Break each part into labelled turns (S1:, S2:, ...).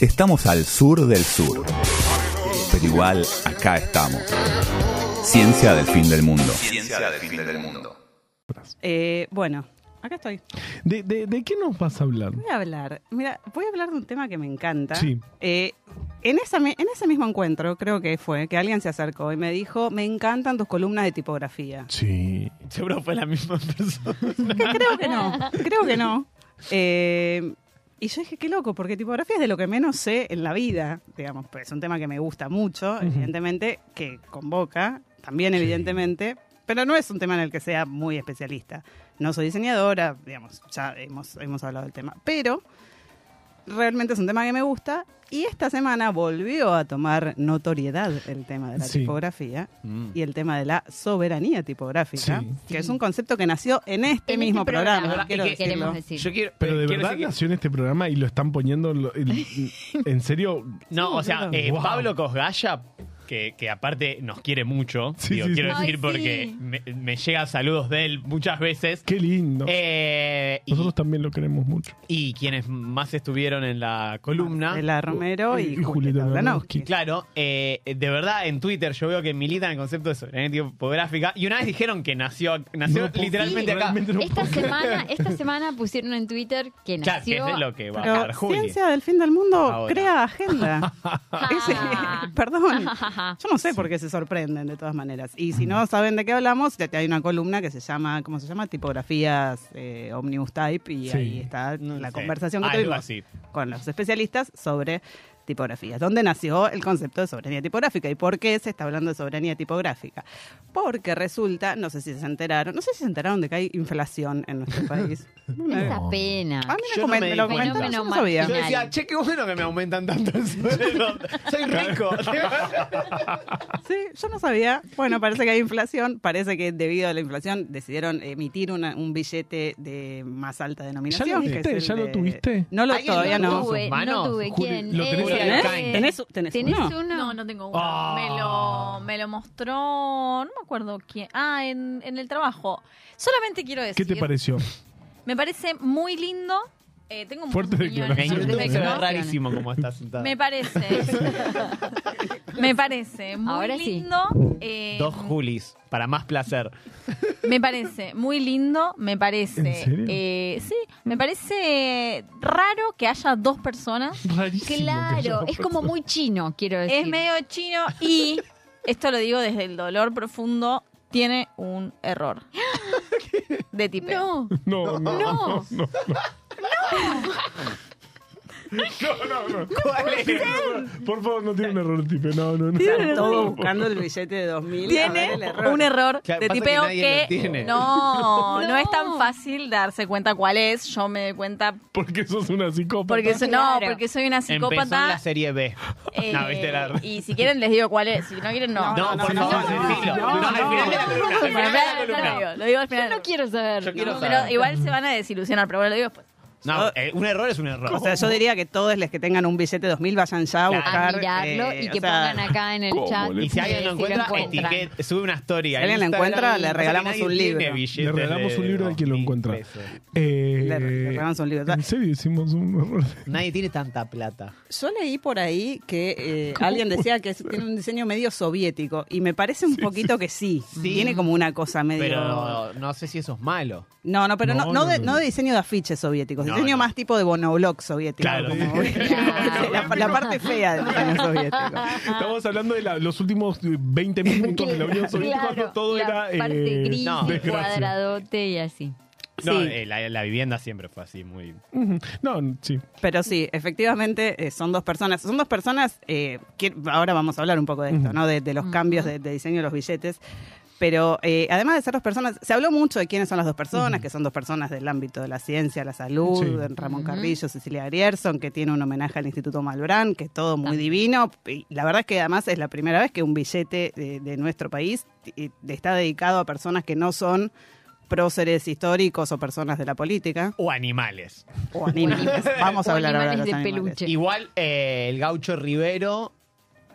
S1: Estamos al sur del sur, pero igual acá estamos. Ciencia del fin del mundo. Ciencia del fin del mundo.
S2: Eh, bueno, acá estoy.
S3: ¿De, de, de qué nos vas a hablar?
S2: Voy a hablar. Mira, voy a hablar de un tema que me encanta.
S3: Sí.
S2: Eh, en, esa mi- en ese mismo encuentro, creo que fue, que alguien se acercó y me dijo, me encantan tus columnas de tipografía.
S3: Sí.
S4: Seguro fue la misma persona.
S2: Que creo que no, creo que no. Eh, y yo dije, qué loco, porque tipografía es de lo que menos sé en la vida, digamos, pues es un tema que me gusta mucho, evidentemente, que convoca, también evidentemente, pero no es un tema en el que sea muy especialista. No soy diseñadora, digamos, ya hemos, hemos hablado del tema, pero realmente es un tema que me gusta y esta semana volvió a tomar notoriedad el tema de la
S3: Sí. Mm.
S2: tipografía y el tema de la soberanía tipográfica,
S3: Sí.
S2: que es un concepto que nació en este
S5: En
S2: mismo
S5: este
S2: programa,
S5: programa,
S2: quiero
S5: que
S2: decirlo.
S5: queremos decir.
S4: Yo quiero.
S3: Pero de
S4: eh, quiero
S3: verdad
S4: decir que-
S3: nació en este programa y lo están poniendo en lo- en, en serio.
S4: No, o sea, eh,
S3: Wow.
S4: Pablo Cosgaya, que, que aparte nos quiere mucho,
S3: Sí,
S4: digo,
S3: sí,
S4: quiero
S5: sí.
S4: decir
S5: Ay,
S4: porque
S5: sí.
S4: me, me llega saludos de él muchas veces.
S3: Qué lindo.
S4: Eh, y,
S3: Nosotros también lo queremos mucho.
S4: y quienes más estuvieron en la columna.
S2: Marcela Romero y,
S3: Y
S2: Julieta
S3: Julieta
S2: Blanowski.
S3: Blanowski.
S4: Claro, eh, de verdad en Twitter yo veo que militan el concepto de soberanía tipográfica y una vez dijeron que nació, nació
S3: No puedo-
S5: sí,
S4: literalmente acá.
S3: realmente no
S5: Esta semana, esta semana pusieron en Twitter que
S4: Claro, que
S5: nació.
S4: es lo que va a hablar
S2: Pero
S4: Juli.
S2: ciencia del fin del mundo
S4: Ahora.
S2: crea agenda. Ese-
S5: Ah.
S2: perdón, yo no sé por qué se sorprenden de todas maneras. Y si no saben de qué hablamos, ya te- hay una columna que se llama, ¿cómo se llama? Tipografías eh, Omnibus Type y
S3: Sí.
S2: ahí está
S4: No
S2: la
S4: sé,
S2: conversación que
S4: algo
S2: tuvimos
S4: así.
S2: con los especialistas sobre tipografías, donde nació el concepto de soberanía tipográfica y por qué se está hablando de soberanía tipográfica. Porque resulta, no sé si se enteraron, no sé si se enteraron de que hay inflación en nuestro país.
S5: Esa pena.
S3: Ah,
S2: A mí me,
S4: Yo no
S2: comen-
S4: me
S2: me
S4: di
S2: lo
S4: cuenta.
S2: comentaron, yo no
S5: Fenómeno
S2: sabía.
S4: Yo decía,
S5: Dale.
S4: che, qué bueno que me aumentan tanto el sueldo. Soy rico.
S2: Sí, yo no sabía. Bueno, parece que hay inflación. Parece que debido a la inflación decidieron emitir una- un billete de más alta denominación.
S3: ¿Ya lo
S2: que es
S3: viste?
S2: el
S3: ¿Ya lo
S2: de-
S3: tuviste?
S2: No lo
S4: ¿Alguien
S2: todavía
S4: lo
S2: no.
S5: tuve,
S4: Manos,
S5: no tuve.
S3: Juli,
S5: ¿Quién?
S3: lo tenés
S5: Eh,
S4: ahí.
S5: eh,
S2: ¿Tenés, tenés,
S5: ¿Tenés
S2: uno?
S5: uno?
S6: No, no tengo uno.
S4: Ah.
S6: Me, lo, me lo mostró, no me acuerdo quién. Ah, en, en el trabajo. Solamente quiero
S3: ¿Qué
S6: decir.
S3: te pareció?
S6: Me parece muy lindo. Eh, tengo muchas
S3: Fuerte
S4: En
S6: opiniones
S3: declaración.
S6: al
S4: YouTube se ve
S6: respecto.
S4: rarísimo como está sentado.
S6: Me parece. me parece muy
S5: Ahora sí.
S6: lindo. eh,
S4: Dos Julis, para más placer.
S6: Me parece muy lindo, me parece.
S3: ¿En serio?
S6: eh, sí, me parece raro que haya dos personas.
S3: Rarísimo. que
S5: Claro,
S3: yo-
S5: es como muy chino, quiero decir.
S6: Es medio chino y, esto lo digo desde el dolor profundo, tiene un error de tipeo.
S5: No,
S3: No, no.
S5: no.
S4: ¿Cuál es?
S3: Por favor, no tiene un error, tipo. No, no, no.
S2: Están todos buscando el billete de 2000. a ver
S5: Ah,
S6: Tiene
S2: el error.
S6: un error
S4: Claro,
S6: de
S4: pasa que
S6: tipeo
S4: nadie
S6: que,
S4: lo tiene.
S6: no, no,
S5: No.
S6: es tan fácil darse cuenta cuál es. Yo me doy cuenta
S3: Porque sos una psicópata.
S6: porque soy, no,
S5: Claro.
S6: porque soy una
S4: Empezó en la
S6: psicópata.
S4: serie B.
S6: eh,
S4: no, viste la...
S6: y si quieren les digo cuál es, si no quieren no.
S4: No, por
S2: no,
S4: favor,
S2: no,
S4: decilo.
S2: no,
S4: No, al final de la
S2: no.
S4: columna.
S6: Al
S4: al
S6: final
S4: final
S6: de la
S4: columna.
S6: columna. Lo digo al final.
S5: Yo no quiero saber.
S4: Yo quiero
S5: No,
S4: saber.
S6: Pero igual se van a desilusionar, pero bueno, lo digo después.
S4: No, eh, un error es un error.
S2: O sea, yo diría que todos los que tengan un billete de 2000 vayan ya a
S4: Claro.
S2: buscar.
S5: A mirarlo
S2: eh,
S5: y
S2: o
S5: que
S2: sea,
S5: pongan acá en el
S3: ¿cómo
S5: chat.
S3: le-
S4: Y si alguien
S5: eh,
S4: lo
S5: si
S4: encuentra,
S5: encuentran.
S4: etiqueta- sube una historia.
S2: Si alguien lo encuentra, le regalamos un libro.
S3: Le regalamos un libro al que lo encuentra.
S2: Le- le
S3: Eh,
S2: regalamos un libro.
S3: en serio hicimos un error.
S4: Nadie tiene tanta plata.
S2: Yo leí por ahí que eh, alguien decía que es- tiene un diseño medio soviético y me parece un poquito que sí.
S4: Sí.
S2: Tiene como una cosa medio.
S4: Pero no sé si eso es malo.
S2: No, no, pero no,
S3: No,
S2: no
S3: no,
S2: de,
S3: no.
S2: no de diseño de afiches soviéticos,
S4: No,
S2: diseño
S4: no.
S2: más tipo de bonobloc soviético.
S4: Claro.
S2: como- la, la parte fea del diseño soviético.
S3: Estamos hablando de la- los últimos 20 minutos de la Unión Soviética.
S5: Claro,
S3: todo
S5: la
S3: era. eh,
S5: parte gris,
S4: no,
S5: y
S3: desgracia.
S5: cuadradote y así.
S4: No,
S2: Sí.
S4: eh, la, la vivienda siempre fue así, muy.
S3: Ujú. No, sí.
S2: Pero sí, efectivamente eh, son dos personas. Son dos personas, eh, que- ahora vamos a hablar un poco de esto, ¿no? De, de los cambios de, de diseño de los billetes. Pero eh, además de ser dos personas, se habló mucho de quiénes son las dos personas, que son dos personas del ámbito de la ciencia, la salud,
S3: Sí.
S2: Ramón Carrillo, Cecilia Grierson, que tiene un homenaje al Instituto Malbrán, que es todo muy divino. Y la verdad es que además es la primera vez que un billete de, de nuestro país eh, está dedicado a personas que no son próceres históricos o personas de la política
S4: O animales.
S2: o animales. Vamos a
S5: O
S2: hablar ahora de,
S5: animales
S2: los
S5: de
S2: animales.
S5: peluche.
S4: Igual eh, el gaucho Rivero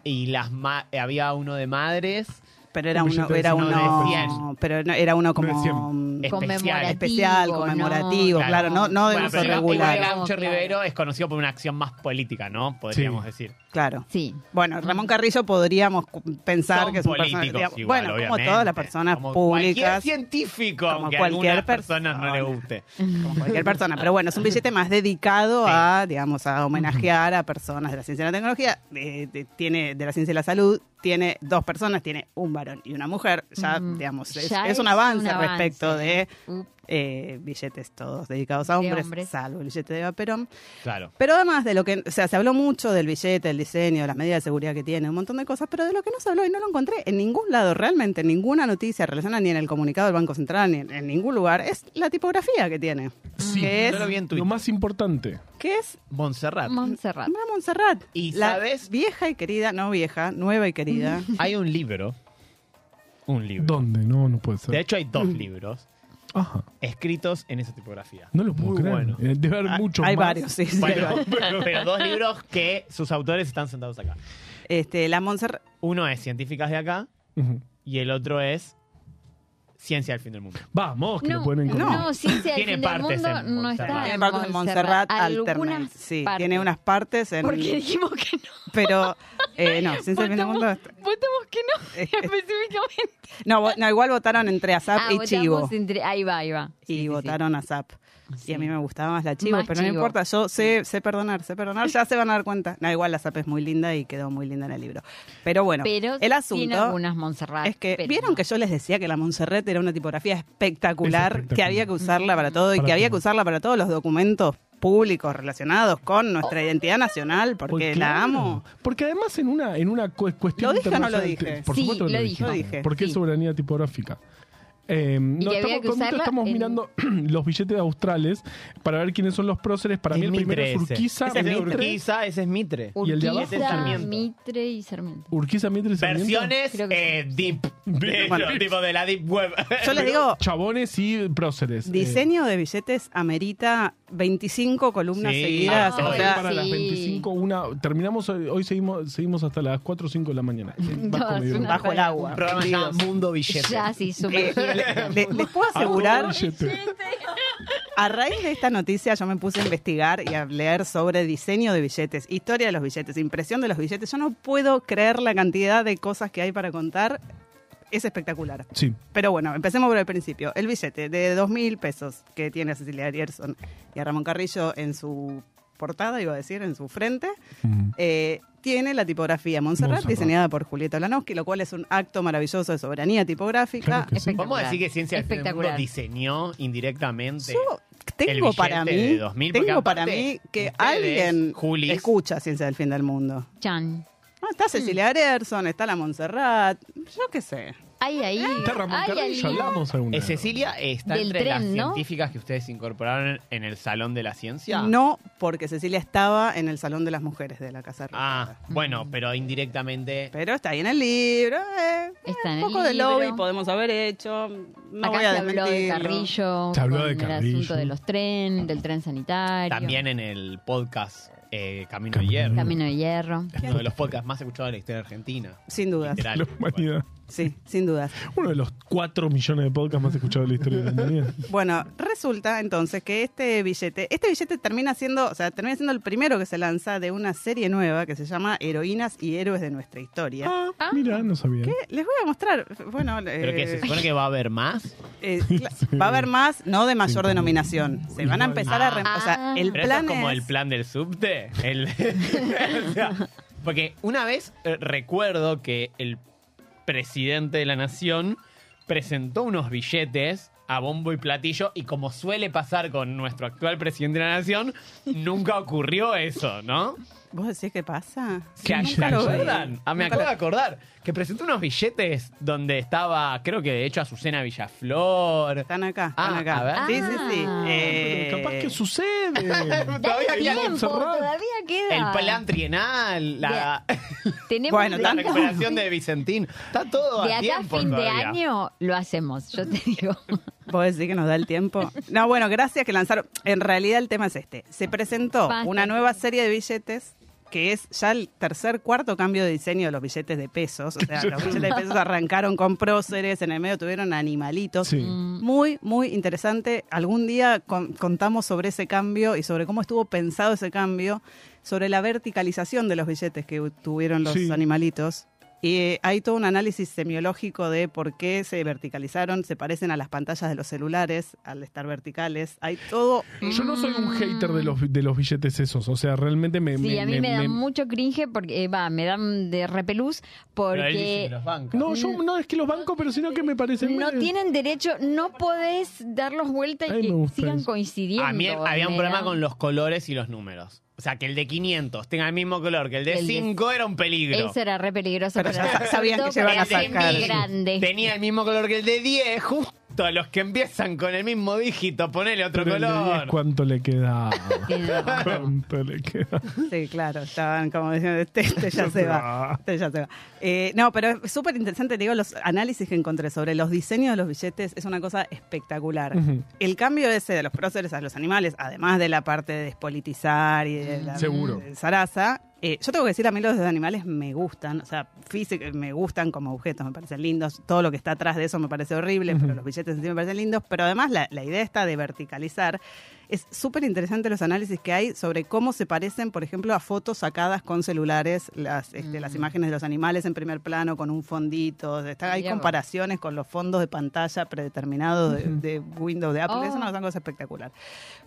S4: y las ma- había uno de madres.
S2: pero era
S3: Un
S2: uno,
S3: billete
S2: era
S3: de cien
S2: uno,
S4: dólares. No
S2: pero no- era uno
S3: No
S2: como Mm,
S3: de cien.
S5: Eh.
S2: especial,
S5: Conmemorativo,
S2: especial,
S5: ¿no?
S2: conmemorativo, claro,
S5: Claro.
S2: no, no de
S5: Bueno,
S2: uso
S5: pero
S4: igual-
S2: regular,
S4: igual Laucho
S5: Claro.
S4: Rivero es conocido por una acción más política, ¿no? Podríamos
S3: Sí.
S4: decir.
S2: claro.
S5: Sí.
S2: Bueno, Ramón Carrillo podríamos cu- pensar
S4: Son
S2: que es un personaje,
S4: políticos
S2: digamos,
S4: igual,
S2: bueno, como
S4: obviamente.
S2: todas las personas
S4: Como Cualquier
S2: públicas,
S4: científico,
S2: Como
S4: aunque a
S2: cualquier
S4: algunas personas no le
S2: persona.
S4: guste.
S2: como cualquier persona, pero bueno, es un billete más dedicado
S4: Sí.
S2: a, digamos, a homenajear a personas de la ciencia y la tecnología, de, de- tiene de la ciencia y la salud, tiene dos personas, tiene un varón y una mujer, ya,
S5: Ujú.
S2: digamos, es,
S5: Mm. Ya
S2: es
S5: es
S2: un avance
S5: un avance.
S2: respecto de
S5: Up.
S2: eh, billetes todos dedicados a
S5: De
S2: hombres,
S5: hombres.
S2: salvo el billete de Eva Perón.
S4: Claro.
S2: Pero además de lo que, o sea, se habló mucho del billete, el diseño, las medidas de seguridad que tiene, un montón de cosas, pero de lo que no se habló y no lo encontré en ningún lado, realmente, en ninguna noticia relacionada ni en el comunicado del Banco Central, ni en, en ningún lugar, es la tipografía que tiene.
S3: Sí,
S2: que es,
S4: Yo lo vi en
S3: Lo
S4: Twitter.
S3: más importante.
S2: que es
S4: Montserrat.
S5: Montserrat.
S2: Mara Montserrat.
S4: ¿Y
S2: la
S4: sabes?
S2: Vieja y querida, no vieja, nueva y querida.
S4: Hay un libro. Un libro.
S3: ¿Dónde? No, no puede ser.
S4: De hecho, hay dos libros
S3: Ajá.
S4: escritos en esa tipografía.
S3: No lo puedo
S4: Muy
S3: creer.
S4: bueno.
S3: Eh, Debe haber muchos
S2: Ah, Hay
S3: más.
S2: varios, sí. sí.
S4: Bueno, pero, pero dos libros que sus autores están sentados acá.
S2: Este, la Montserrat.
S4: Uno es Científicas de acá
S3: Ujú.
S4: y el otro es Ciencia al fin del mundo.
S3: Vamos, que lo
S5: No,
S3: pueden encontrar. Pues
S5: no, ciencia del
S4: Tiene
S5: fin del
S4: partes
S5: mundo
S4: en
S5: no
S4: Montserrat.
S5: está.
S2: Tiene
S5: en
S2: partes en Montserrat alternas.
S5: Algunas
S2: Sí,
S5: partes.
S2: tiene unas partes en.
S5: Porque dijimos que no.
S2: Pero, eh, no, sin ser
S5: Votamos-
S2: mundo.
S5: Votamos que no,
S2: eh, eh,
S5: específicamente.
S2: no, vo- no, igual votaron entre ASAP
S5: Ah,
S2: y
S5: votamos
S2: Chivo.
S5: entre- ahí va, ahí va.
S2: Y votaron ASAP. Y a mí me gustaba más la Chivo,
S5: Más
S2: pero no
S5: Chivo.
S2: importa, yo sé, sé perdonar, sé perdonar, ya se van a dar cuenta. No, igual la ASAP es muy linda y quedó muy linda en el libro. Pero bueno,
S5: Pero
S2: el
S5: tiene
S2: asunto
S5: algunas Montserrat.
S2: Es que
S5: pero
S2: vieron
S5: no.
S2: que yo les decía que la Montserrat era una tipografía
S3: Es
S2: espectacular,
S3: espectacular.
S2: que había que usarla para todo y
S3: Para
S2: que había
S3: todo.
S2: que usarla para todos los documentos públicos relacionados con nuestra identidad nacional, porque
S3: Pues
S2: la
S3: claro,
S2: amo.
S3: Porque además en una, en una cu- cuestión
S2: ¿Lo dije o no lo
S3: internacional-
S2: dije?
S3: Por
S5: Sí,
S3: supuesto que
S5: lo
S3: lo
S5: dije.
S2: Lo dije,
S3: Porque
S5: sí.
S3: es soberanía tipográfica. Eh, no,
S5: que había
S3: estamos,
S5: que
S3: con-
S5: usarla
S3: estamos
S5: en-
S3: mirando los billetes australes para ver quiénes son los próceres. Para mí
S4: Es
S3: el primero es
S4: Mitre ese.
S3: Urquiza.
S4: Ese es
S3: Mitre.
S4: Urquiza, ese es Mitre.
S3: y el de abajo
S5: Urquiza,
S4: es Sarmiento.
S5: Mitre y Sarmiento.
S3: Urquiza, Mitre y Sarmiento.
S4: Versiones
S5: Creo que
S4: eh, deep. De-
S2: Bueno.
S4: tipo de la deep web.
S2: Yo les digo,
S3: Chabones y próceres. eh,
S2: diseño de billetes amerita 25 columnas
S4: Sí.
S2: seguidas.
S4: Ah,
S2: o
S3: hoy
S2: sea,
S3: para las
S5: sí.
S3: 25, una. Terminamos, hoy hoy seguimos, seguimos hasta las 4 o 5 de la mañana. Bajo
S5: es
S3: medio-
S5: una-
S2: bajo el agua.
S4: Un programa se llama Mundo Billete.
S5: Ya, sí,
S2: Eh,
S5: súper.
S2: le- le- les
S4: Ah,
S2: puedo asegurar
S3: Billete.
S2: A raíz de esta noticia yo me puse a investigar y a leer sobre diseño de billetes, historia de los billetes, impresión de los billetes. Yo no puedo creer la cantidad de cosas que hay para contar. Es espectacular.
S3: Sí.
S2: Pero bueno, empecemos por el principio. El billete de dos mil pesos que tiene a Cecilia Gerson y a Ramón Carrillo en su portada, iba a decir, en su frente,
S3: Mm.
S2: eh, tiene la tipografía Montserrat,
S3: Montserrat.
S2: diseñada por Julieta Olanowski, lo cual es un acto maravilloso de soberanía tipográfica.
S3: Claro que sí.
S4: Vamos a decir que Ciencia del Fin del Mundo
S5: Espectacular.
S4: diseñó indirectamente.
S2: Yo
S4: el
S2: tengo
S4: billete
S2: para mí,
S4: de 2000, porque
S2: tengo para
S4: aparte,
S2: mí que
S4: ustedes,
S2: alguien
S4: Julis-
S2: escucha Ciencia del Fin del Mundo.
S5: Chan.
S2: No,
S4: Mm.
S2: está Cecilia Grierson, está la Montserrat, yo qué sé.
S5: Ay, ahí.
S3: Está Ramón
S5: Ay,
S3: Carrillo,
S5: ahí.
S3: hablamos alguna
S4: Eh,
S3: vez.
S4: Cecilia está
S5: Del
S4: entre
S5: tren,
S4: las
S5: ¿no?
S4: científicas que ustedes incorporaron en el Salón de la Ciencia.
S2: No, porque Cecilia estaba en el Salón de las Mujeres de la Casa
S4: Ah,
S2: Rosada.
S4: bueno, pero indirectamente.
S2: Pero está ahí en el libro, eh,
S5: Está
S2: un
S5: en el
S2: poco de
S5: libro.
S2: lobby podemos haber hecho. No
S5: Acá
S2: voy a
S5: se habló de
S2: desmentirlo.
S5: Carrillo,
S3: Se habló de
S5: con el
S3: Carrillo.
S5: asunto de los tren, del tren sanitario,
S4: También en el podcast eh, Camino
S3: Camino.
S4: ayer.
S5: Camino de Hierro.
S4: Uno de los podcasts más escuchados de la historia argentina.
S2: Sin dudas,
S4: Literal.
S3: La humanidad.
S2: sí, sin dudas.
S3: Uno de los 4 millones de podcasts más escuchados de la historia de la humanidad.
S2: Bueno, resulta entonces que este billete, este billete termina siendo, o sea, termina siendo el primero que se lanza de una serie nueva que se llama Heroínas y Héroes de nuestra historia.
S3: Ah, mira, no sabía.
S2: Eh, Les voy a mostrar, bueno,
S4: Pero que
S2: eh,
S4: se supone que va a haber más.
S2: eh, cla-
S3: Sí.
S2: va a haber más, no de mayor
S3: Sí.
S2: denominación. Se van a empezar a, rem- o sea,
S5: Ah.
S2: el
S4: Pero
S2: plan
S4: eso es como
S2: es-
S4: el plan del subte. El- o sea, porque una vez eh, recuerdo que el presidente de la nación presentó unos billetes a bombo y platillo y como suele pasar con nuestro actual presidente de la nación, nunca ocurrió eso, ¿no?
S2: ¿Vos decís qué pasa?
S4: Que
S2: Nunca
S4: ayer-
S2: lo
S4: ¿se
S2: vi.
S4: acuerdan? Ah, me acabo de acordar que presentó unos billetes donde estaba, creo que de hecho Azucena Villaflor.
S2: Están acá, están
S4: Ah,
S2: acá.
S4: a ver.
S2: Sí, sí, sí.
S5: Ah.
S2: Eh,
S3: Pero capaz que sucede.
S4: Todavía
S5: Dale
S4: había
S5: tiempo,
S3: Montserrat.
S5: todavía queda.
S4: El plan trienal, la,
S5: Tenemos
S2: Bueno,
S5: de
S4: la
S5: acá-
S4: recuperación de Vicentín. Está todo
S5: de acá
S4: a
S5: a
S4: tiempo
S5: fin de
S4: todavía.
S5: año lo hacemos, yo te digo.
S2: ¿Vos decís que nos da el tiempo? No, bueno, gracias que lanzaron. En realidad el tema es este. Se presentó
S5: Basta.
S2: una nueva serie de billetes que es ya el tercer, cuarto cambio de diseño de los billetes de pesos. O sea, los billetes de pesos arrancaron con próceres, en el medio tuvieron animalitos.
S3: Sí.
S2: Muy, muy interesante. Algún día con- contamos sobre ese cambio y sobre cómo estuvo pensado ese cambio, sobre la verticalización de los billetes que u- tuvieron los
S3: Sí.
S2: animalitos. Y eh, hay todo un análisis semiológico de por qué se verticalizaron, se parecen a las pantallas de los celulares al estar verticales. Hay todo
S3: Yo no soy un hater de los, de los billetes esos. O sea, realmente me.
S5: Sí,
S3: me-
S5: a mí
S3: me-
S5: me, dan
S3: me-
S5: mucho cringe porque, eh, va, me dan de repelús
S4: Pero ahí dicen que
S5: porque
S4: los bancos.
S3: No, yo no es que los banco, pero sino que me parecen.
S5: no tienen derecho, no podés darlos vuelta y
S3: Ay, me
S5: que
S3: gusta
S5: sigan
S3: eso.
S5: coincidiendo.
S4: A mí había un
S5: me
S4: problema
S5: da-
S4: con los colores y los números. O sea, que el de 500 tenga el mismo color que el de
S5: El de-
S4: 5 era un peligro.
S5: Eso era re peligroso.
S2: Pero ya sa- sabían
S5: sobre
S2: que se
S5: todo
S2: iban a
S5: para gente
S2: sacar.
S5: grande.
S4: Tenía el mismo color que el de 10, justo a los que empiezan con el mismo dígito, ponele otro
S3: Pero el de
S4: color.
S3: 10, ¿Cuánto le queda?
S5: Tiene razón.
S3: ¿Cuánto le queda?
S2: Sí, claro, estaban como diciendo, este, este ya se va, este ya se va. Eh, no, pero es súper interesante, te digo, los análisis que encontré sobre los diseños de los billetes es una cosa espectacular.
S3: Ujú.
S2: El cambio ese de los próceres a los animales, además de la parte de despolitizar y de la
S3: Seguro.
S2: de zaraza, eh, yo tengo que decir, a mí los animales me gustan, o sea, física- me gustan como objetos, me parecen lindos, todo lo que está atrás de eso me parece horrible, pero los billetes en sí me parecen lindos, pero además la, la idea está de verticalizar. Es súper interesante los análisis que hay sobre cómo se parecen, por ejemplo, a fotos sacadas con celulares, las, este, las imágenes de los animales en primer plano, con un fondito, está, hay
S5: Mirá vos.
S2: comparaciones con los fondos de pantalla predeterminados de, de Windows, de Apple,
S5: Oh.
S2: es una cosa espectacular.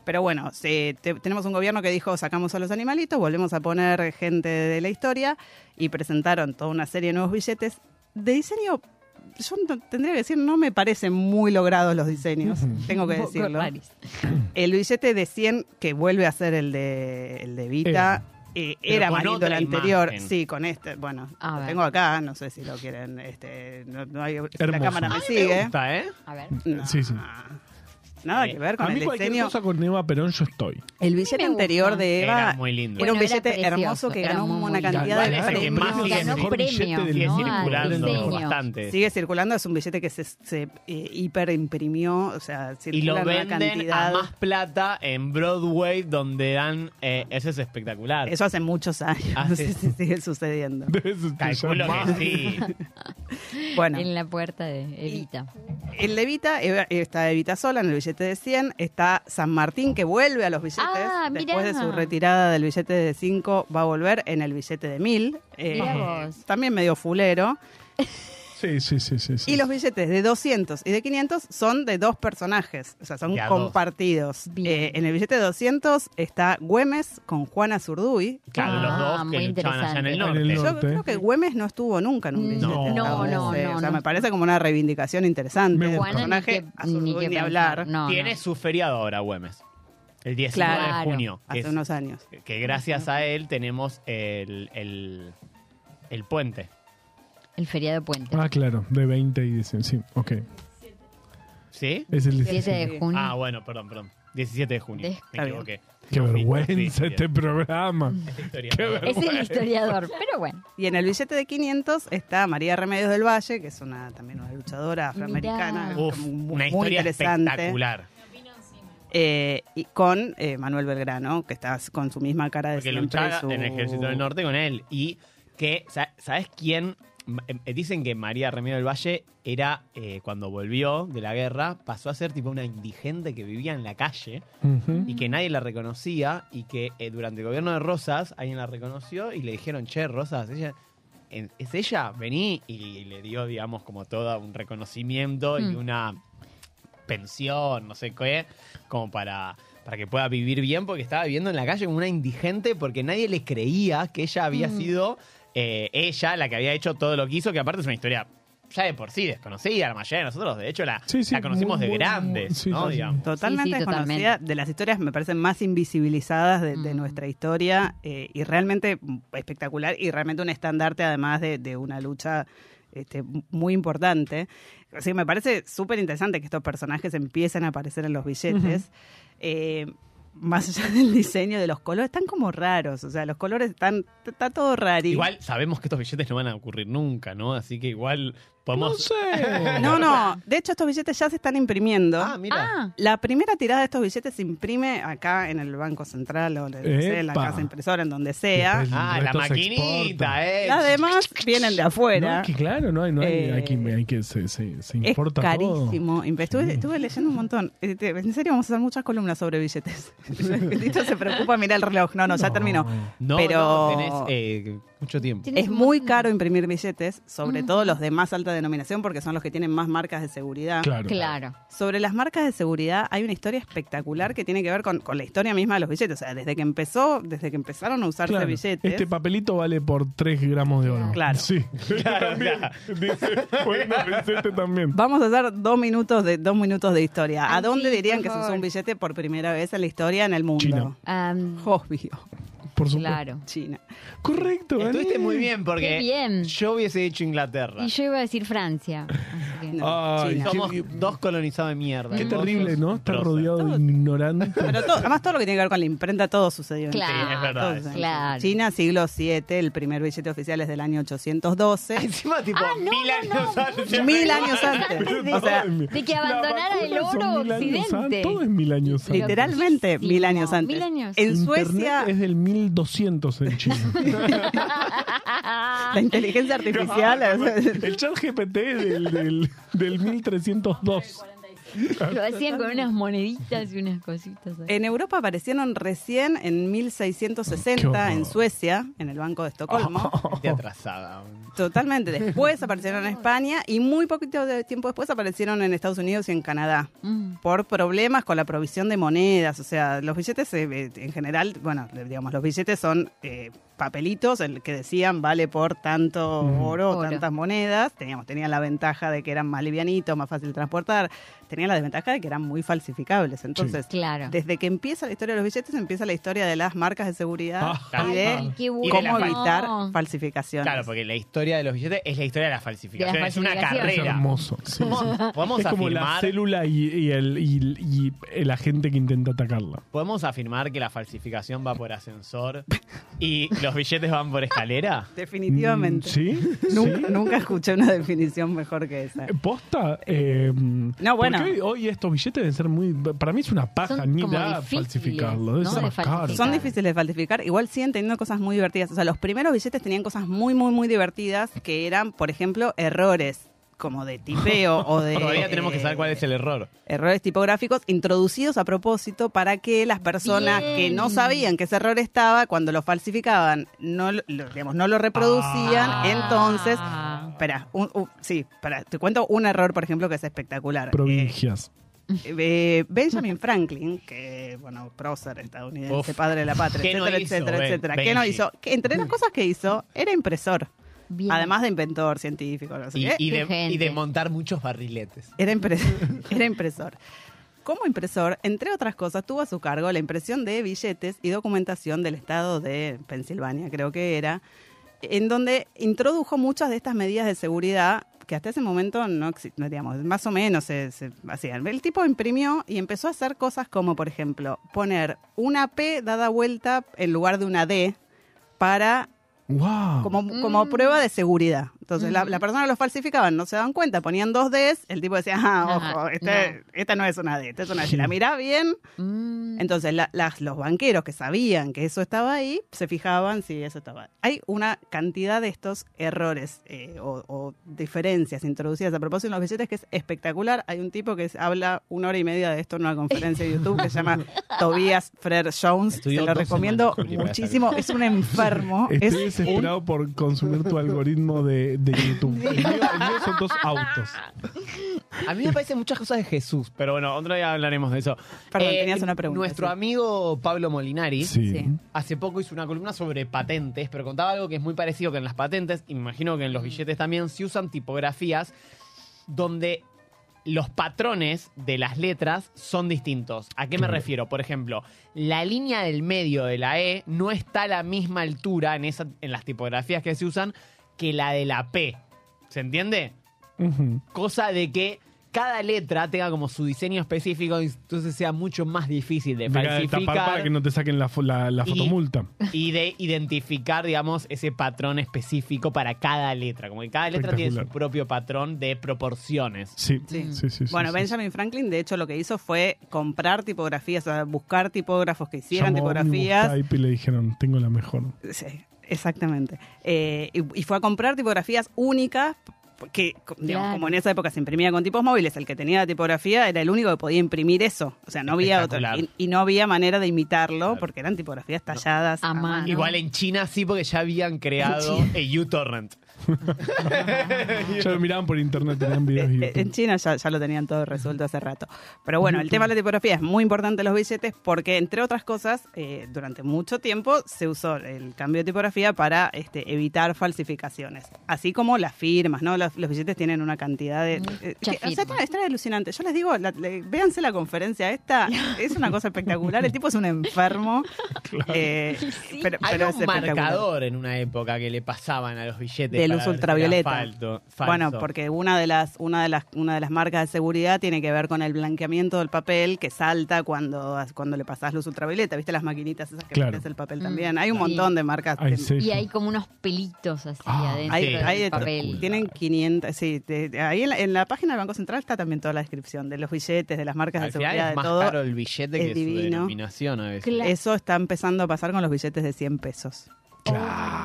S2: Pero bueno, se- te- tenemos un gobierno que dijo sacamos a los animalitos, volvemos a poner gente de la historia y presentaron toda una serie de nuevos billetes de diseño. Yo no- tendría que decir, no me parecen muy logrados los diseños, tengo que
S5: Un poco
S2: decirlo.
S5: raris.
S2: El billete de 100, que vuelve a ser el de, el de Vita,
S3: Era.
S2: eh,
S4: Pero
S2: era
S4: con
S2: malito el
S4: otra
S2: anterior.
S4: imagen.
S2: Sí, con este. Bueno,
S5: A
S2: lo
S5: ver.
S2: tengo acá, no sé si lo quieren. Este, no, no hay, si la
S3: Hermoso.
S2: cámara me
S4: Me
S2: sigue.
S4: gusta, ¿eh?
S5: A ver.
S2: No.
S3: Sí, sí.
S2: Nada que ver con
S3: A mí
S2: el
S3: cualquier
S2: diseño.
S3: cosa con Eva Perón yo estoy.
S2: El billete
S5: me gusta.
S2: anterior de Eva
S4: Era muy lindo.
S2: era un
S5: Bueno, era
S2: billete
S5: precioso,
S2: hermoso que
S5: era
S2: ganó
S5: muy,
S2: una
S5: muy
S2: cantidad
S4: lindo.
S2: de
S4: Igual es el que
S2: premios.
S4: más sigue
S5: ganó
S4: mejor
S5: premios,
S3: billete del
S4: Sigue
S5: ¿no?
S3: mundo.
S5: Al
S4: circulando
S5: diseño.
S4: bastante.
S2: Sigue circulando, es un billete que se, se eh, hiperimprimió, o sea,
S4: Y
S2: circula
S4: lo
S2: en una
S4: venden
S2: cantidad.
S4: a más plata en Broadway, donde dan. eh, eso es espectacular.
S2: Eso hace muchos años,
S4: Ah,
S2: no
S4: sí.
S2: sé si sigue sucediendo.
S4: Calculo que sí.
S2: Bueno,
S5: En la puerta de Evita.
S2: el de Evita, Eva- está Evita sola en el billete de 100, está San Martín que vuelve a los billetes,
S5: Ah, mirá.
S2: después de su retirada del billete de 5 va a volver en el billete de 1000, eh,
S5: Mirá vos.
S2: también medio fulero.
S3: Sí, sí, sí, sí. sí.
S2: Y los billetes de 200 y de 500 son de dos personajes, o sea, son
S4: De a dos.
S2: compartidos.
S5: Bien.
S2: Eh, en el billete de 200 está Güemes con Juana Zurduy.
S4: Claro,
S5: Ah,
S4: los dos
S5: muy
S4: que luchaban allá en el
S5: interesante.
S4: norte.
S3: En el
S2: Yo
S3: norte.
S2: creo que Güemes no estuvo nunca en un billete.
S5: Mm, No.
S3: No,
S5: no,
S2: estadounidense.
S5: no,
S2: O sea,
S5: no.
S2: me parece como una reivindicación interesante.
S3: Me
S2: del
S3: gusta.
S5: Juana, ni
S2: personaje,
S5: que-
S2: a Zurduy ni,
S5: pensar.
S2: hablar.
S5: No,
S4: Tiene
S5: no.
S4: su feriado ahora, Güemes. El 19 de
S5: Claro.
S4: junio. que
S2: Hace
S4: es-
S2: unos años.
S4: Que gracias a él tenemos el, el, el puente.
S5: El feriado puente.
S3: Ah, claro, de 20 y 19. Sí, ok.
S4: ¿Sí?
S3: Es el
S5: 7
S3: 17.
S5: de junio.
S4: Ah, bueno, perdón, perdón. 17 de junio.
S5: Está
S4: Me equivoqué.
S3: Qué
S4: No, sí,
S3: vergüenza
S4: sí,
S3: este programa.
S4: sí, historia.
S5: es el historiador, pero bueno.
S2: Y en el billete de 500 está María Remedios del Valle, que es una también una luchadora afroamericana.
S4: Uf,
S2: muy-
S4: una
S2: muy
S4: historia
S2: interesante.
S4: espectacular.
S2: Eh, y con eh, Manuel Belgrano, que está con su misma cara de
S4: Porque
S2: siempre,
S4: luchaba
S2: su-
S4: en el Ejército del Norte con él. Y que, sa- ¿sabes quién? Ma- eh, Dicen que María Remedio del Valle era, eh, cuando volvió de la guerra, pasó a ser tipo una indigente que vivía en la calle
S3: Ujú.
S4: y que nadie la reconocía y que eh, durante el gobierno de Rosas alguien la reconoció y le dijeron, che, Rosas, ella... en- ¿Es ella? Vení y le dio, digamos, como todo un reconocimiento y
S5: Mm.
S4: una pensión, no sé qué, como para, para que pueda vivir bien, porque estaba viviendo en la calle como una indigente, porque nadie le creía que ella había
S3: Mm.
S4: sido eh, ella la que había hecho todo lo que hizo, que aparte es una historia ya de por sí desconocida, la mayoría de nosotros, de hecho, la,
S3: Sí, sí,
S4: la conocimos
S3: muy,
S4: de
S3: muy,
S4: grandes,
S3: muy- sí,
S4: ¿no?
S3: sí, sí.
S4: Digamos.
S2: Totalmente
S5: Sí, sí,
S2: desconocida,
S5: totalmente.
S2: de las historias me parecen más invisibilizadas de, de
S5: Mm.
S2: nuestra historia eh, y realmente mm, espectacular y realmente un estandarte además de, de una lucha este, muy importante. Así que me parece súper interesante que estos personajes empiecen a aparecer en los billetes. Eh, más allá del diseño de los colores, están como raros, o sea, los colores están, está todo raro.
S4: Igual sabemos que estos billetes no van a ocurrir nunca, ¿no? Así que igual
S3: No
S4: Podemos.
S3: sé.
S2: No, no. De hecho, estos billetes ya se están imprimiendo.
S4: Ah, mira.
S5: Ah,
S2: La primera tirada de estos billetes se imprime acá en el Banco Central o en el- no sé, en la
S3: Epa.
S2: casa impresora, en donde sea.
S3: Después-
S4: Ah, la
S3: Esto se
S4: maquinita,
S3: exporta.
S4: eh.
S2: Las demás vienen de afuera.
S3: No, es que claro, no hay, no hay,
S2: Eh,
S3: hay que, hay que- se, se, se
S2: Es
S3: importa
S2: carísimo. Empe- Estuve,
S3: Sí.
S2: estuve leyendo un montón. Eh, te- En serio, vamos a hacer muchas columnas sobre billetes. El Tito se preocupa, mira el reloj. No, no, ya
S3: No.
S2: terminó.
S4: No,
S2: Pero-
S4: no, tenés eh, mucho tiempo.
S5: tienes
S2: Es
S5: un-
S2: muy caro imprimir billetes,
S3: Mm.
S2: sobre todo los de más alta denominación, porque son los que tienen más marcas de seguridad.
S3: todo. Claro.
S5: Claro.
S2: Sobre las marcas de seguridad hay una historia espectacular que tiene que ver con, con la historia misma de los billetes. O sea, desde que empezó, desde que empezaron a usarse
S3: Claro.
S2: billetes.
S3: Este papelito vale por 3 gramos de oro.
S2: Claro.
S3: Sí. también. Dice, bueno, pensé este también.
S2: Vamos a hacer dos minutos de dos minutos de historia. ¿A
S5: Ay,
S2: dónde
S5: sí,
S2: dirían
S5: por
S2: que se usó
S5: favor.
S2: un billete por primera vez en la historia en el mundo?
S3: China.
S5: Am,
S2: Obvio,
S3: Por supuesto.
S5: claro.
S2: China.
S3: Correcto,
S4: Estuviste
S3: gané.
S4: muy bien porque
S5: Qué bien.
S4: yo hubiese dicho Inglaterra.
S5: Y yo iba a decir Francia. así que-
S2: No,
S3: Ay,
S2: China.
S4: Somos
S3: Qué-
S4: dos colonizados de mierda.
S3: Qué
S4: Vos
S3: terrible,
S4: sos
S3: ¿no? Estar
S4: grosa.
S3: rodeado de
S2: Todo-
S3: ignorantes.
S2: Pero todo- además todo lo que tiene que ver con la imprenta, todo sucedió en
S5: Claro,
S2: China.
S4: es verdad,
S2: Todo
S4: es
S2: sucedió en
S5: claro.
S2: China, siglo VII, el primer billete oficial es del año 812.
S4: Encima, tipo,
S5: Ah, no,
S4: mil
S5: no,
S4: años
S5: no.
S4: antes.
S2: mil años antes.
S5: Antes de-
S2: O sea,
S5: de que
S3: La
S5: abandonara
S3: vacuna
S5: el oro
S3: son mil años
S5: occidente.
S3: antes. Todo es mil años antes.
S2: literalmente
S5: Muchísimo.
S2: mil años antes.
S5: Mil años.
S2: En
S3: Internet
S2: Suecia,
S3: es del 1200 en China.
S2: la inteligencia artificial...
S3: El chat GPT es del, del, del 1302.
S5: Lo hacían con unas moneditas y unas cositas. así.
S2: En Europa aparecieron recién en
S3: Qué
S2: 1660
S3: horror.
S2: en Suecia, en el Banco de Estocolmo.
S4: Qué atrasada.
S2: Totalmente. Después aparecieron en España y muy poquito de tiempo después aparecieron en Estados Unidos y en Canadá.
S5: Mm.
S2: por problemas con la provisión de monedas. O sea, los billetes eh, eh, en general, bueno, digamos, los billetes son eh, papelitos el que decían vale por tanto
S3: Mm.
S2: oro,
S5: Oro.
S2: tantas monedas. Teníamos, tenían la ventaja de que eran más livianitos, más fácil de transportar. Tenían la desventaja de que eran muy falsificables. Entonces,
S5: Claro.
S2: desde que empieza la historia de los billetes, empieza la historia de las marcas de seguridad
S3: Ah.
S2: y de
S5: Ay, qué bueno.
S2: cómo
S4: la-
S2: evitar
S5: No.
S2: falsificaciones.
S4: Claro, porque la historia de los billetes es la historia de la falsificación.
S5: De la
S4: es una
S5: falsificación.
S3: Es
S4: carrera.
S3: hermoso. sí.
S4: Podemos- Podemos
S3: Es como la
S4: afirmar.
S3: célula y, y el, y, y la gente que intenta atacarla.
S4: ¿Podemos afirmar que la falsificación va por ascensor y los billetes van por escalera?
S2: Definitivamente.
S3: Mm, ¿Sí?
S2: Nunca,
S3: ¿Sí? Eh,
S2: nunca escuché una definición mejor que esa.
S3: ¿Posta? Eh,
S2: No, bueno.
S3: porque Hoy, hoy estos billetes deben ser muy... Para mí es una paja,
S5: Son
S3: ni
S5: como
S3: da
S5: difíciles,
S3: falsificarlo. Debe
S5: ¿no?
S3: ser
S5: de
S3: más caro.
S5: falsificar.
S2: Son difíciles de falsificar, igual siguen teniendo cosas muy divertidas. O sea, los primeros billetes tenían cosas muy, muy, muy divertidas que eran, por ejemplo, errores como de tipeo o de...
S4: Todavía tenemos que saber cuál es el error.
S2: Errores tipográficos introducidos a propósito para que las personas
S5: Bien.
S2: que no sabían que ese error estaba, cuando lo falsificaban, no lo, lo- digamos, no lo reproducían.
S5: Ah.
S2: Entonces, espera, un- un- sí, espera, te cuento un error, por ejemplo, que es espectacular. Eh,
S3: Provincias.
S2: eh, Benjamin Franklin, que, bueno, prócer estadounidense,
S4: Uf.
S2: padre de la patria,
S4: ¿Qué no
S2: etcétera,
S4: hizo,
S2: etcétera,
S4: Ben-
S2: etcétera. ¿Qué no
S4: Benji?
S2: hizo? Que entre las cosas que hizo, era impresor.
S5: Bien.
S2: Además de inventor, científico, no sé
S4: Y,
S2: qué.
S4: y de,
S5: Gente.
S4: y de montar muchos barriletes.
S2: Era, impre- era impresor. Como impresor, entre otras cosas, tuvo a su cargo la impresión de billetes y documentación del estado de Pensilvania, creo que era, en donde introdujo muchas de estas medidas de seguridad que hasta ese momento no existían, digamos, más o menos se, se hacían. El tipo imprimió y empezó a hacer cosas como, por ejemplo, poner una P dada vuelta en lugar de una D para
S3: ¡Wow!
S2: como,
S5: Mm.
S2: como prueba de seguridad. Entonces, la, la persona que los falsificaban no se daban cuenta, ponían dos Ds, el tipo decía, ah,
S5: Ajá,
S2: ojo, este- esta no es una D, esta es una D. Si la mirá bien,
S5: Mm.
S2: entonces la- las, los banqueros que sabían que eso estaba ahí, se fijaban si eso estaba. Hay una cantidad de estos errores eh, o, o diferencias introducidas a propósito en los billetes que es espectacular. Hay un tipo que es- habla una hora y media de esto en una conferencia de YouTube que se llama Tobias Frer Jones.
S4: Estudió
S2: se lo
S4: dos
S2: recomiendo
S4: semanas, Juli, para
S2: muchísimo. Es un enfermo. es
S3: Estoy desesperado por consumir tu algoritmo de, de YouTube. El mío, el mío son dos autos.
S4: A mí me parecen muchas cosas de Jesús, pero bueno, otro día hablaremos de eso. Eh,
S2: Perdón, tenías una pregunta,
S4: Nuestro
S2: sí.
S4: amigo Pablo Molinari
S3: Sí.
S2: Sí.
S4: hace poco hizo una columna sobre patentes, pero contaba algo que es muy parecido que en las patentes, y me imagino que en los billetes también, se usan tipografías donde los patrones de las letras son distintos. ¿A qué me refiero? Por ejemplo, la línea del medio de la E no está a la misma altura en, esa, en las tipografías que se usan que la de la P. ¿Se entiende?
S3: Ujú.
S4: cosa de que cada letra tenga como su diseño específico, entonces sea mucho más difícil de
S3: Mira, de
S4: falsificar
S3: tapar para que no te saquen la, fo- la, la
S4: Y-
S3: fotomulta.
S4: y de identificar, digamos, ese patrón específico para cada letra. Como que cada letra tiene su
S3: Espectacular.
S4: propio patrón de proporciones.
S2: Ah.
S3: Sí, sí,
S5: Mm.
S2: Sí.
S3: sí. sí,
S2: Bueno,
S3: sí.
S2: Benjamin Franklin, de hecho, lo que hizo fue comprar tipografías, o sea, buscar tipógrafos que hicieran
S3: Llamó a Omnibus
S2: tipografías.
S3: Type y le dijeron, tengo la mejor.
S2: Sí, exactamente. Eh, y, y fue a comprar tipografías únicas que, co- digamos,
S5: Claro.
S2: como en esa época se imprimía con tipos móviles, el que tenía la tipografía era el único que podía imprimir eso. O sea, no había otro.
S4: Espectacular.
S2: Y, y no había manera de imitarlo porque eran tipografías talladas
S5: A
S2: a
S5: mano.
S2: mano.
S4: Igual en China sí, porque ya habían creado el uTorrent.
S3: Ya lo miraban por internet, tenían videos y
S2: Eh, En China ya, ya lo tenían todo resuelto hace rato. Pero bueno, el tema de la tipografía es muy importante en los billetes porque, entre otras cosas, eh, durante mucho tiempo se usó el cambio de tipografía para este, evitar falsificaciones. Así como las firmas, ¿no? Los, los billetes tienen una cantidad de... eh,
S5: Mucha
S2: que- o sea,
S5: firma.
S2: está, está alucinante. Yo les digo, la- le- véanse la conferencia esta, es una cosa espectacular. El tipo es un enfermo. eh, pero, pero
S4: Había
S2: es
S4: un
S2: espectacular.
S4: marcador en una época que le pasaban a los billetes.
S2: De luz
S4: para ver si era
S2: ultravioleta.
S4: falto- falso.
S2: Bueno, porque una de las una de las una de las marcas de seguridad tiene que ver con el blanqueamiento del papel que salta cuando cuando le pasas luz ultravioleta, ¿viste las maquinitas esas que
S3: Claro.
S2: metes el papel
S5: Mm,
S2: también? Hay un
S5: sí.
S2: montón de marcas.
S3: Ay,
S2: de-
S3: sí.
S5: Y hay como unos pelitos así
S3: Ah,
S5: adentro
S2: hay-
S4: Sí.
S5: del
S2: hay-
S5: papel.
S2: tienen 500, sí, de- de- ahí en la, en la página del Banco Central está también toda la descripción de los billetes, de las marcas
S4: Al
S2: de
S4: final
S2: seguridad,
S4: es
S2: de
S4: más
S2: todo.
S4: caro el billete
S2: es
S4: que
S2: divino.
S4: su denominación a veces.
S5: Claro.
S2: Eso está empezando a pasar con los billetes de 100 pesos.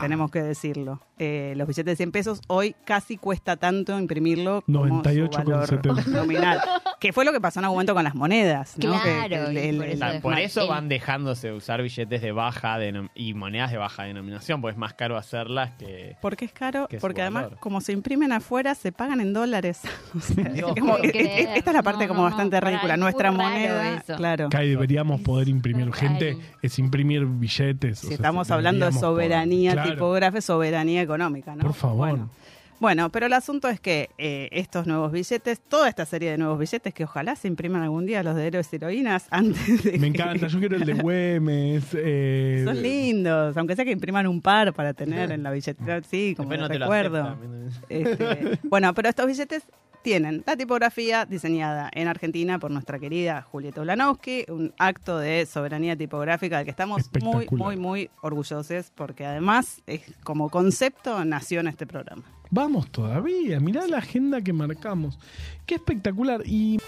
S2: Tenemos que decirlo. Eh, los billetes de 100 pesos hoy casi cuesta tanto imprimirlo como su
S3: 98,70.
S2: valor nominal. que fue lo que pasó en algún momento con las monedas. ¿no? Que-
S5: Claro,
S2: que
S5: y por Eso
S4: O sea,
S5: es
S4: Ah, por
S5: más-
S4: eso
S5: el-
S4: van dejándose de usar billetes de baja denom- y monedas de baja denominación, porque es más caro hacerlas que.
S2: Porque es caro,
S4: Que es su
S2: porque además
S4: valor.
S2: como se imprimen afuera, se pagan en dólares. O sea,
S4: Dios,
S2: es como-
S5: puedo
S2: e- e-
S5: creer.
S2: esta es la parte
S5: No,
S2: como
S5: no, no,
S2: bastante
S5: para,
S2: ridícula.
S5: es
S2: Nuestra
S5: muy raro
S2: moneda,
S5: eso.
S2: claro.
S3: Acá deberíamos poder imprimir.
S5: Ay.
S3: Gente, es imprimir billetes. o
S2: Si
S3: sea,
S2: estamos
S3: se-
S2: hablando de
S3: deberíamos poder.
S2: soberanía
S3: Claro.
S2: tipográfica, soberanía económica, ¿no?
S3: Por favor.
S2: Bueno, Bueno, pero el asunto es que eh, estos nuevos billetes, toda esta serie de nuevos billetes que ojalá se impriman algún día los de héroes y heroínas antes de...
S3: Me encanta, yo quiero el de Güemes. eh,
S2: Son lindos, aunque sea que impriman un par para tener en la billetera, sí, como
S4: Después no te lo
S2: recuerdo.
S4: aceptan.
S2: Este, bueno, pero estos billetes tienen la tipografía diseñada en Argentina por nuestra querida Julieta Ulanowski, un acto de soberanía tipográfica del que estamos muy,
S3: Espectacular.
S2: muy, muy orgullosos, porque además, es, como concepto, nació en este programa.
S3: Vamos todavía, mirá la agenda que marcamos. Qué espectacular. Y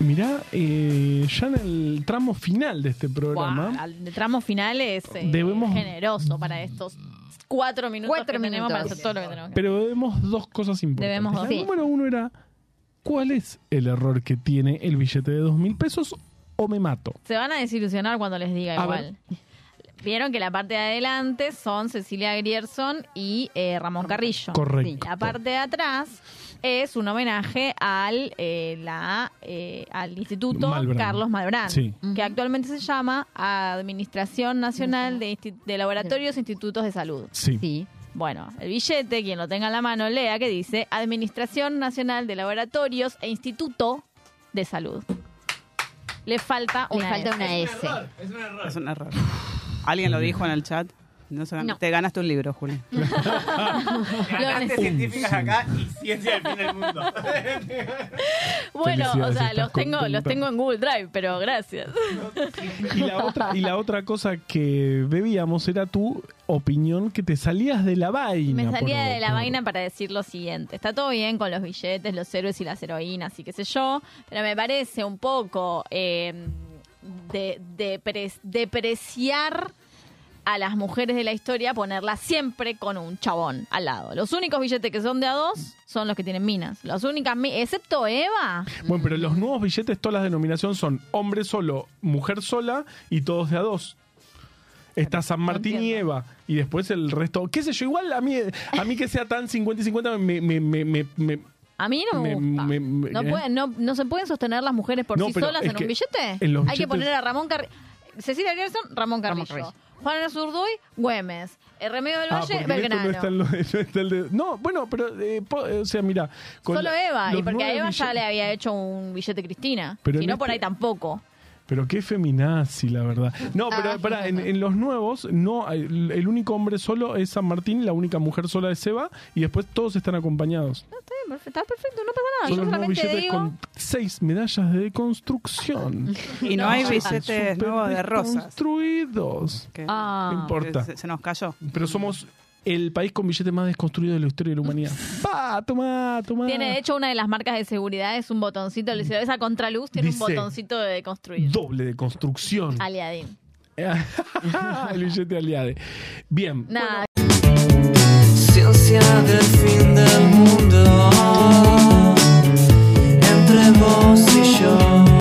S3: mirá, eh, ya en el tramo final de este programa.
S6: Guau, al- el tramo final es eh,
S3: Debemos-
S6: generoso para estos cuatro minutos
S5: Cuatro
S6: que tenemos
S5: minutos.
S6: para hacer todo lo que tenemos que
S3: Pero debemos dos cosas importantes.
S6: Debemos dos.
S3: La
S5: Sí.
S3: número uno era, ¿cuál es el error que tiene el billete de dos mil pesos o me mato?
S6: hacer. Se van a desilusionar cuando les diga
S3: A
S6: igual. Vieron que la parte de adelante son Cecilia Grierson y eh, Ramón Carrillo.
S3: Correcto.
S6: La parte de atrás es un homenaje al, eh, la, eh, al Instituto
S3: Malbrán.
S6: Carlos Malbrán,
S3: Sí.
S6: que actualmente se llama Administración Nacional de, Insti- de Laboratorios e Institutos de Salud.
S3: Sí.
S5: Sí.
S6: Bueno, el billete, quien lo tenga en la mano, lea que dice Administración Nacional de Laboratorios e Instituto de Salud. Le falta
S5: Le
S6: una. E.
S5: falta
S6: S.
S5: una S.
S2: Es un error. ¿Alguien lo dijo en el chat? No se gan-
S5: No.
S2: Te ganaste un libro, Juli.
S6: Lo-
S4: científicas acá y ciencia del fin del mundo.
S6: Bueno, o
S3: Felicidades,
S6: sea,
S3: estás
S6: los tengo, los
S3: contenta.
S6: tengo en Google Drive, pero gracias.
S3: Y la, otra, y la otra cosa que bebíamos era tu opinión que te salías de la vaina.
S6: Me salía
S3: por-
S6: de la
S3: por-
S6: vaina para decir lo siguiente. Está todo bien con los billetes, los héroes y las heroínas y qué sé yo, pero me parece un poco eh, de, depre- depreciar a las mujeres de la historia ponerlas siempre con un chabón al lado. Los únicos billetes que son de a dos son los que tienen minas. Las únicas, mi- excepto Eva.
S3: Bueno, pero los nuevos billetes, todas las denominaciones son hombre solo, mujer sola y todos de a dos. Está San Martín y Eva. Y después el resto. ¿Qué sé yo? Igual a mí, a mí que sea tan 50 y 50 me. me, me, me- me-
S6: A mí no
S3: Me-
S6: me, gusta.
S3: me- me-
S6: no,
S3: ¿eh?
S6: pueden- no, no se pueden sostener las mujeres por
S3: No,
S6: sí
S3: pero
S6: solas
S3: es
S6: en un
S3: que
S6: billete.
S3: en los
S6: Hay que
S3: billetes-
S6: poner a Ramón Carrillo. Cecilia Gerson, Ramón Carrillo.
S5: Carrillo.
S6: Juan Azurduy, Güemes. El Remedio del
S3: Ah,
S6: Valle,
S3: porque en esto
S6: Belgrano.
S3: no está, el, no está el de- No, bueno, pero. eh, po- eh, o sea, mira. con
S6: Solo
S3: la-
S6: Eva. Y
S3: los
S6: porque a
S3: nueve
S6: Eva ya
S3: billetes-
S6: le había hecho un billete Cristina.
S3: Pero
S6: si
S3: en
S6: no, por
S3: este-
S6: ahí tampoco.
S3: Pero qué feminazi, la verdad. No, pero
S5: Ah,
S3: pará, en, en los nuevos, no, el, el único hombre solo es San Martín, la única mujer sola es Eva, y después todos están acompañados.
S6: perfecto, está perfecto, no pasa nada.
S3: Son
S6: Yo
S3: los nuevos
S6: solamente
S3: billetes
S6: digo.
S3: con seis medallas de construcción. Ah,
S2: Y no, hay billetes
S3: Súper
S2: nuevos este de rosas. eh,
S3: Construidos.
S2: que-
S3: No
S5: Ah,
S2: que
S3: importa.
S2: se, se nos cayó.
S3: Pero somos el país con billete más desconstruido de la historia de la humanidad. ¡Pa! ¡Toma! ¡Toma!
S6: Tiene, de hecho, una de las marcas de seguridad es un botoncito. Si lo ves a contraluz, tiene un
S3: Mm. Dice,
S6: botoncito de construir.
S3: Doble de construcción.
S6: Aliadín.
S3: el billete aliade. Bien.
S6: Nada,
S7: Ciencia del fin